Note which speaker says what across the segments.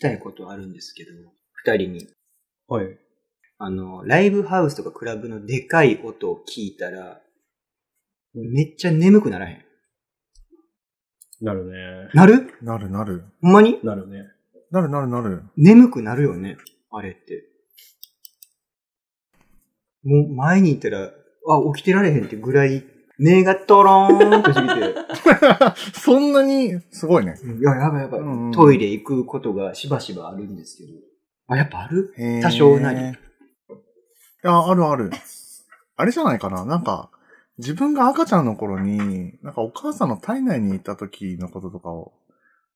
Speaker 1: たいことあるんですけど、二人に。
Speaker 2: はい。
Speaker 1: あの、ライブハウスとかクラブのでかい音を聞いたら、めっちゃ眠くならへん。
Speaker 2: なるね。
Speaker 1: なる
Speaker 3: なるなる。
Speaker 1: ほんまに
Speaker 2: なるね。
Speaker 3: なるなるなる。
Speaker 1: 眠くなるよね。あれって。もう前にいたら、あ、起きてられへんってぐらい、目がトローンと してきて。
Speaker 3: そんなに、すごいね。
Speaker 1: いや、やばいやばい、
Speaker 3: うんうん
Speaker 1: トイレ行くことがしばしばあるんですけど。あ、やっぱある
Speaker 3: へー
Speaker 1: 多少なり
Speaker 3: いや、あるある。あれじゃないかななんか、自分が赤ちゃんの頃に、なんかお母さんの体内にいた時のこととかを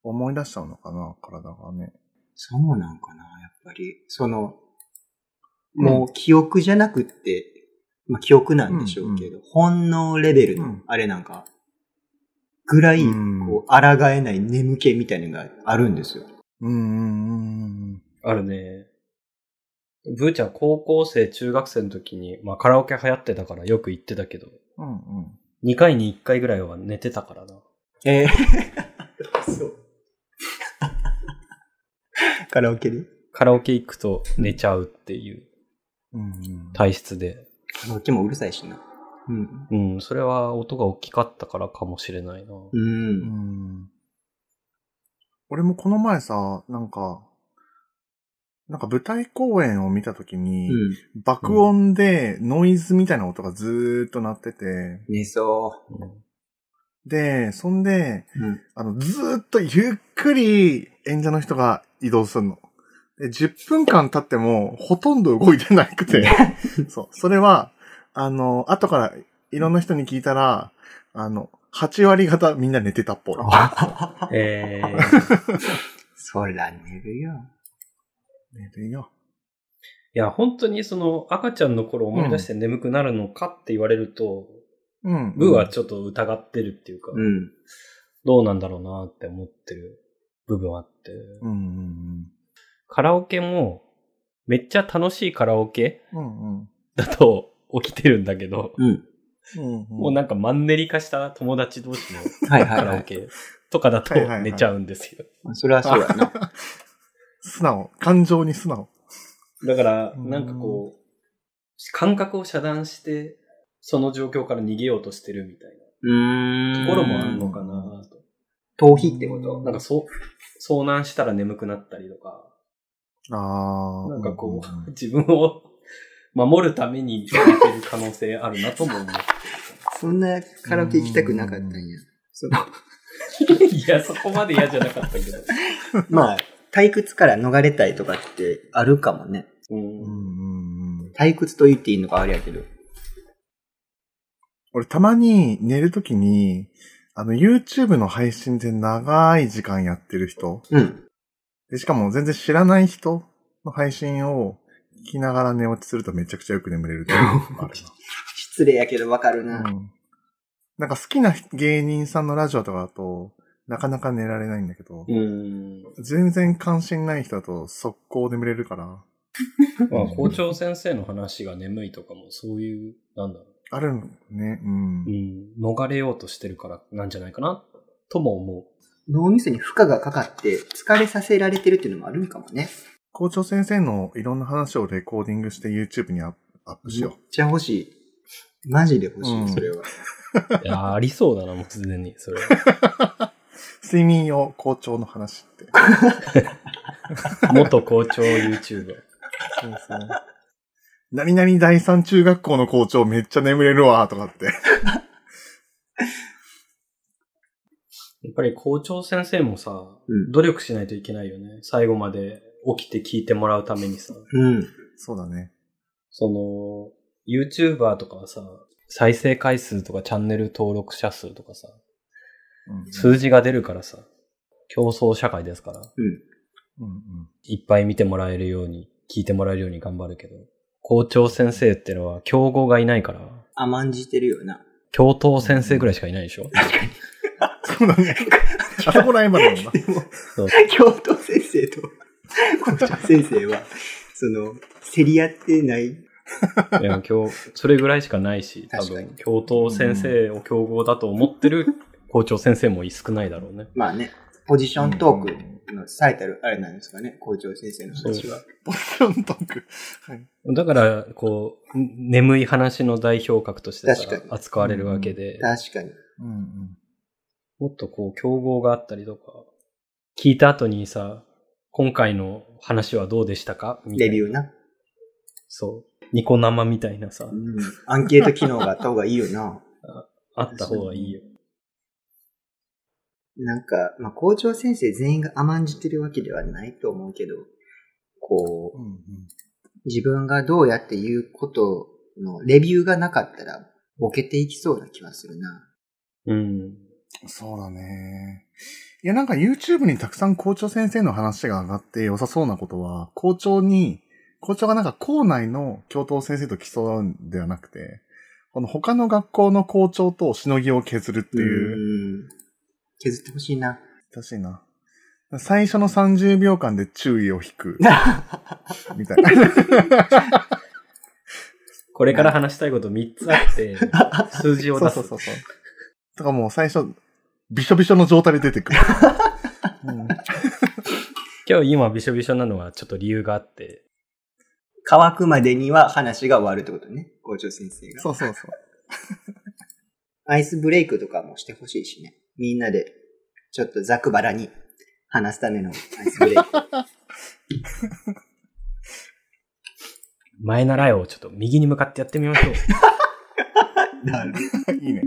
Speaker 3: 思い出しちゃうのかな体がね。
Speaker 1: そうなんかな、やっぱり。その、もう記憶じゃなくって、まあ記憶なんでしょうけど、本能レベル
Speaker 3: う
Speaker 1: の
Speaker 3: ん、
Speaker 1: あれなんか、ぐらい、
Speaker 3: うん
Speaker 1: こう、抗えない眠気みたいなのがあるんですよ。
Speaker 3: うんうんうん
Speaker 2: あるね。ブーちゃん高校生、中学生の時に、まあカラオケ流行ってたからよく行ってたけど、
Speaker 3: うん。うんうん。
Speaker 2: 2回に1回ぐらいは寝てたからな。
Speaker 1: えー、そう。 カラオケで
Speaker 2: カラオケ行くと寝ちゃうっていう
Speaker 3: うんうん、
Speaker 2: 体質で。
Speaker 1: カラオケもうるさいしな。うん。
Speaker 2: うん、それは音が大きかったからかもしれないな。
Speaker 1: う。
Speaker 3: うんん俺もこの前さ、なんか、なんか舞台公演を見た時に、
Speaker 1: うん。
Speaker 3: 爆音でノイズみたいな音がずーっと鳴ってて、
Speaker 1: 寝 そ
Speaker 2: うん
Speaker 3: で、そんで、
Speaker 1: う。うん。
Speaker 3: あの、ずーっとゆっくり演者の人が移動するの。で、10分間経ってもほとんど動いてなく て。そう。それは、あの、後からいろんな人に聞いたら、あの、8割方みんな寝てたっぽい。
Speaker 2: え ー、い
Speaker 1: そら寝るよ。
Speaker 3: 寝てよ。
Speaker 2: や、本当にその赤ちゃんの頃思い出して眠くなるのかって言われると、
Speaker 3: うん。
Speaker 2: ブーはちょっと疑ってるっていうか、
Speaker 1: うん。
Speaker 2: どうなんだろうなって思ってる部分あって。
Speaker 3: うんうん
Speaker 2: カラオケも、めっちゃ楽しいカラオケ
Speaker 3: うん。うんうん。
Speaker 2: だと起きてるんだけど、
Speaker 1: うん。
Speaker 3: うんうん
Speaker 2: もうなんかマンネリ化した友達同士の
Speaker 1: はいは
Speaker 2: カ
Speaker 1: いは
Speaker 2: ラオ
Speaker 1: い。
Speaker 2: ケとかだと
Speaker 3: はいはいはい
Speaker 2: 寝ちゃうんですよ。
Speaker 1: それはそうやな。
Speaker 3: 素直。感情に素直。
Speaker 2: だから、
Speaker 3: うん
Speaker 2: なんかこう、感覚を遮断して、その状況から逃げようとしてるみたいう
Speaker 1: ー。
Speaker 2: なんところもあるのかなと。
Speaker 1: 逃避ってこと
Speaker 2: なんかそう、遭難したら眠くなったりとか、
Speaker 3: ああ。
Speaker 2: なんかこ
Speaker 3: んん
Speaker 2: う、自分を 守るためにやってる可能性あるなとも思って
Speaker 1: そんなカラオケ行きたくなかったんや。その、
Speaker 2: る。 いや、そこまで嫌じゃなかったけど。
Speaker 1: まあ、退屈から逃れたいとかってあるかもね。
Speaker 2: うん
Speaker 3: うんうんうん。
Speaker 1: 退屈と言っていいのかあれやけど。
Speaker 3: 俺たまに寝るときに、あの YouTube の配信で長い時間やってる人、
Speaker 1: うん。
Speaker 3: でしかも全然知らない人の配信を聞きながら寝落ちするとめちゃくちゃよく眠れるっていうのがある
Speaker 1: 失礼やけどわかる
Speaker 3: な、
Speaker 1: な。
Speaker 3: うん。なんか好きな芸人さんのラジオとかだと、なかなか寝られないんだけど、
Speaker 2: うん。
Speaker 3: 全然関心ない人だと速攻眠れるから、
Speaker 2: まあ、校長先生の話が眠いとかも、そういう、なんだろ
Speaker 3: あるのね、う。
Speaker 2: う。うんん。逃れようとしてるからなんじゃないかな、とも思
Speaker 1: 脳みそに負荷がかかって疲れさせられてるっていうのもあるんかもね。
Speaker 3: 校長先生のいろんな話をレコーディングして YouTube にアップアップし
Speaker 1: めっ
Speaker 3: よ
Speaker 1: ちゃ欲しい。マジで欲し
Speaker 3: う
Speaker 1: い、
Speaker 3: ん
Speaker 1: それは。
Speaker 2: う。いや、ありそうだな、もうすでに、それ。
Speaker 3: う。睡眠用校長の話って。
Speaker 2: 元校長 YouTuber。
Speaker 3: そうそう。何々第三中学校の校長めっちゃ眠れるわ、とかって。
Speaker 2: やっぱり校長先生もさ、
Speaker 1: うん
Speaker 2: 努力しないといけないよね。最後まで起きて聞いてもらうためにさ。
Speaker 1: うん。
Speaker 3: そうだね。
Speaker 2: その、YouTuber とかはさ、再生回数とかチャンネル登録者数とかさ、
Speaker 3: うん
Speaker 2: 数字が出るからさ、競争社会ですから、
Speaker 3: うん
Speaker 2: いっぱい見てもらえるように、聞いてもらえるように頑張るけど、校長先生ってのは競合がいないから、
Speaker 1: 甘んじてるよな。
Speaker 2: 教頭先生ぐらいしかいないで しょ。
Speaker 3: そうだね。あそこら辺 までもんな。
Speaker 1: でも
Speaker 2: そう、
Speaker 1: 教頭先生と校長 先生は、その、競り合ってない。
Speaker 2: いや今日、それぐらいしかないし、多
Speaker 1: 確かに
Speaker 2: 分、教頭先生を競合だと思ってる校長先生も少ないだろうね。
Speaker 1: まあね。ポジショントークの最たる、あれなんですかね、校長先生の話は。
Speaker 3: ポジショントーク。はい。
Speaker 2: だから、こう、ん眠い話の代表格としてさ
Speaker 1: 確かに
Speaker 2: 扱われるわけで、
Speaker 1: 確かに。
Speaker 3: うんうん。
Speaker 2: もっとこう、競合があったりとか、聞いた後にさ、今回の話はどうでしたかみたい
Speaker 1: レ
Speaker 2: な。
Speaker 1: ビューな。
Speaker 2: そう。ニコ生みたいなさ
Speaker 1: う、ん。アンケート機能があった方がいいよな。
Speaker 2: あった方がいいよ。
Speaker 1: なんか、まあ、校長先生全員が甘んじてるわけではないと思うけど、こ
Speaker 3: う
Speaker 1: う、
Speaker 3: んうん。
Speaker 1: 自分がどうやって言うことのレビューがなかったら、ボケていきそうな気はするな。
Speaker 2: うん。
Speaker 3: そうだね。いや、なんか YouTube にたくさん校長先生の話が上がって良さそうなことは、校長に、校長がなんか校内の教頭先生と競うんではなくて、この他の学校の校長としのぎを削るっていう、
Speaker 1: うん。削ってほしいな。
Speaker 3: 難しいな。最初の30秒間で注意を引く、みたいな。
Speaker 2: これから話したいこと3つあ って、数字を
Speaker 3: そう
Speaker 2: 出
Speaker 3: そう
Speaker 2: す
Speaker 3: そ。うそう。とかもう最初、びしょびしょの状態で出てくる。うん
Speaker 2: 今日今びしょびしょなのはちょっと理由があって、
Speaker 1: 乾くまでには話が終わるってことね。校長先生が。
Speaker 3: そうそうそう。
Speaker 1: アイスブレイクとかもしてほしいしね。みんなで、ちょっとざくばらに話すためのアイスブレイク。
Speaker 2: 前習いをちょっと右に向かってやってみましょう。
Speaker 1: なる
Speaker 3: いいね。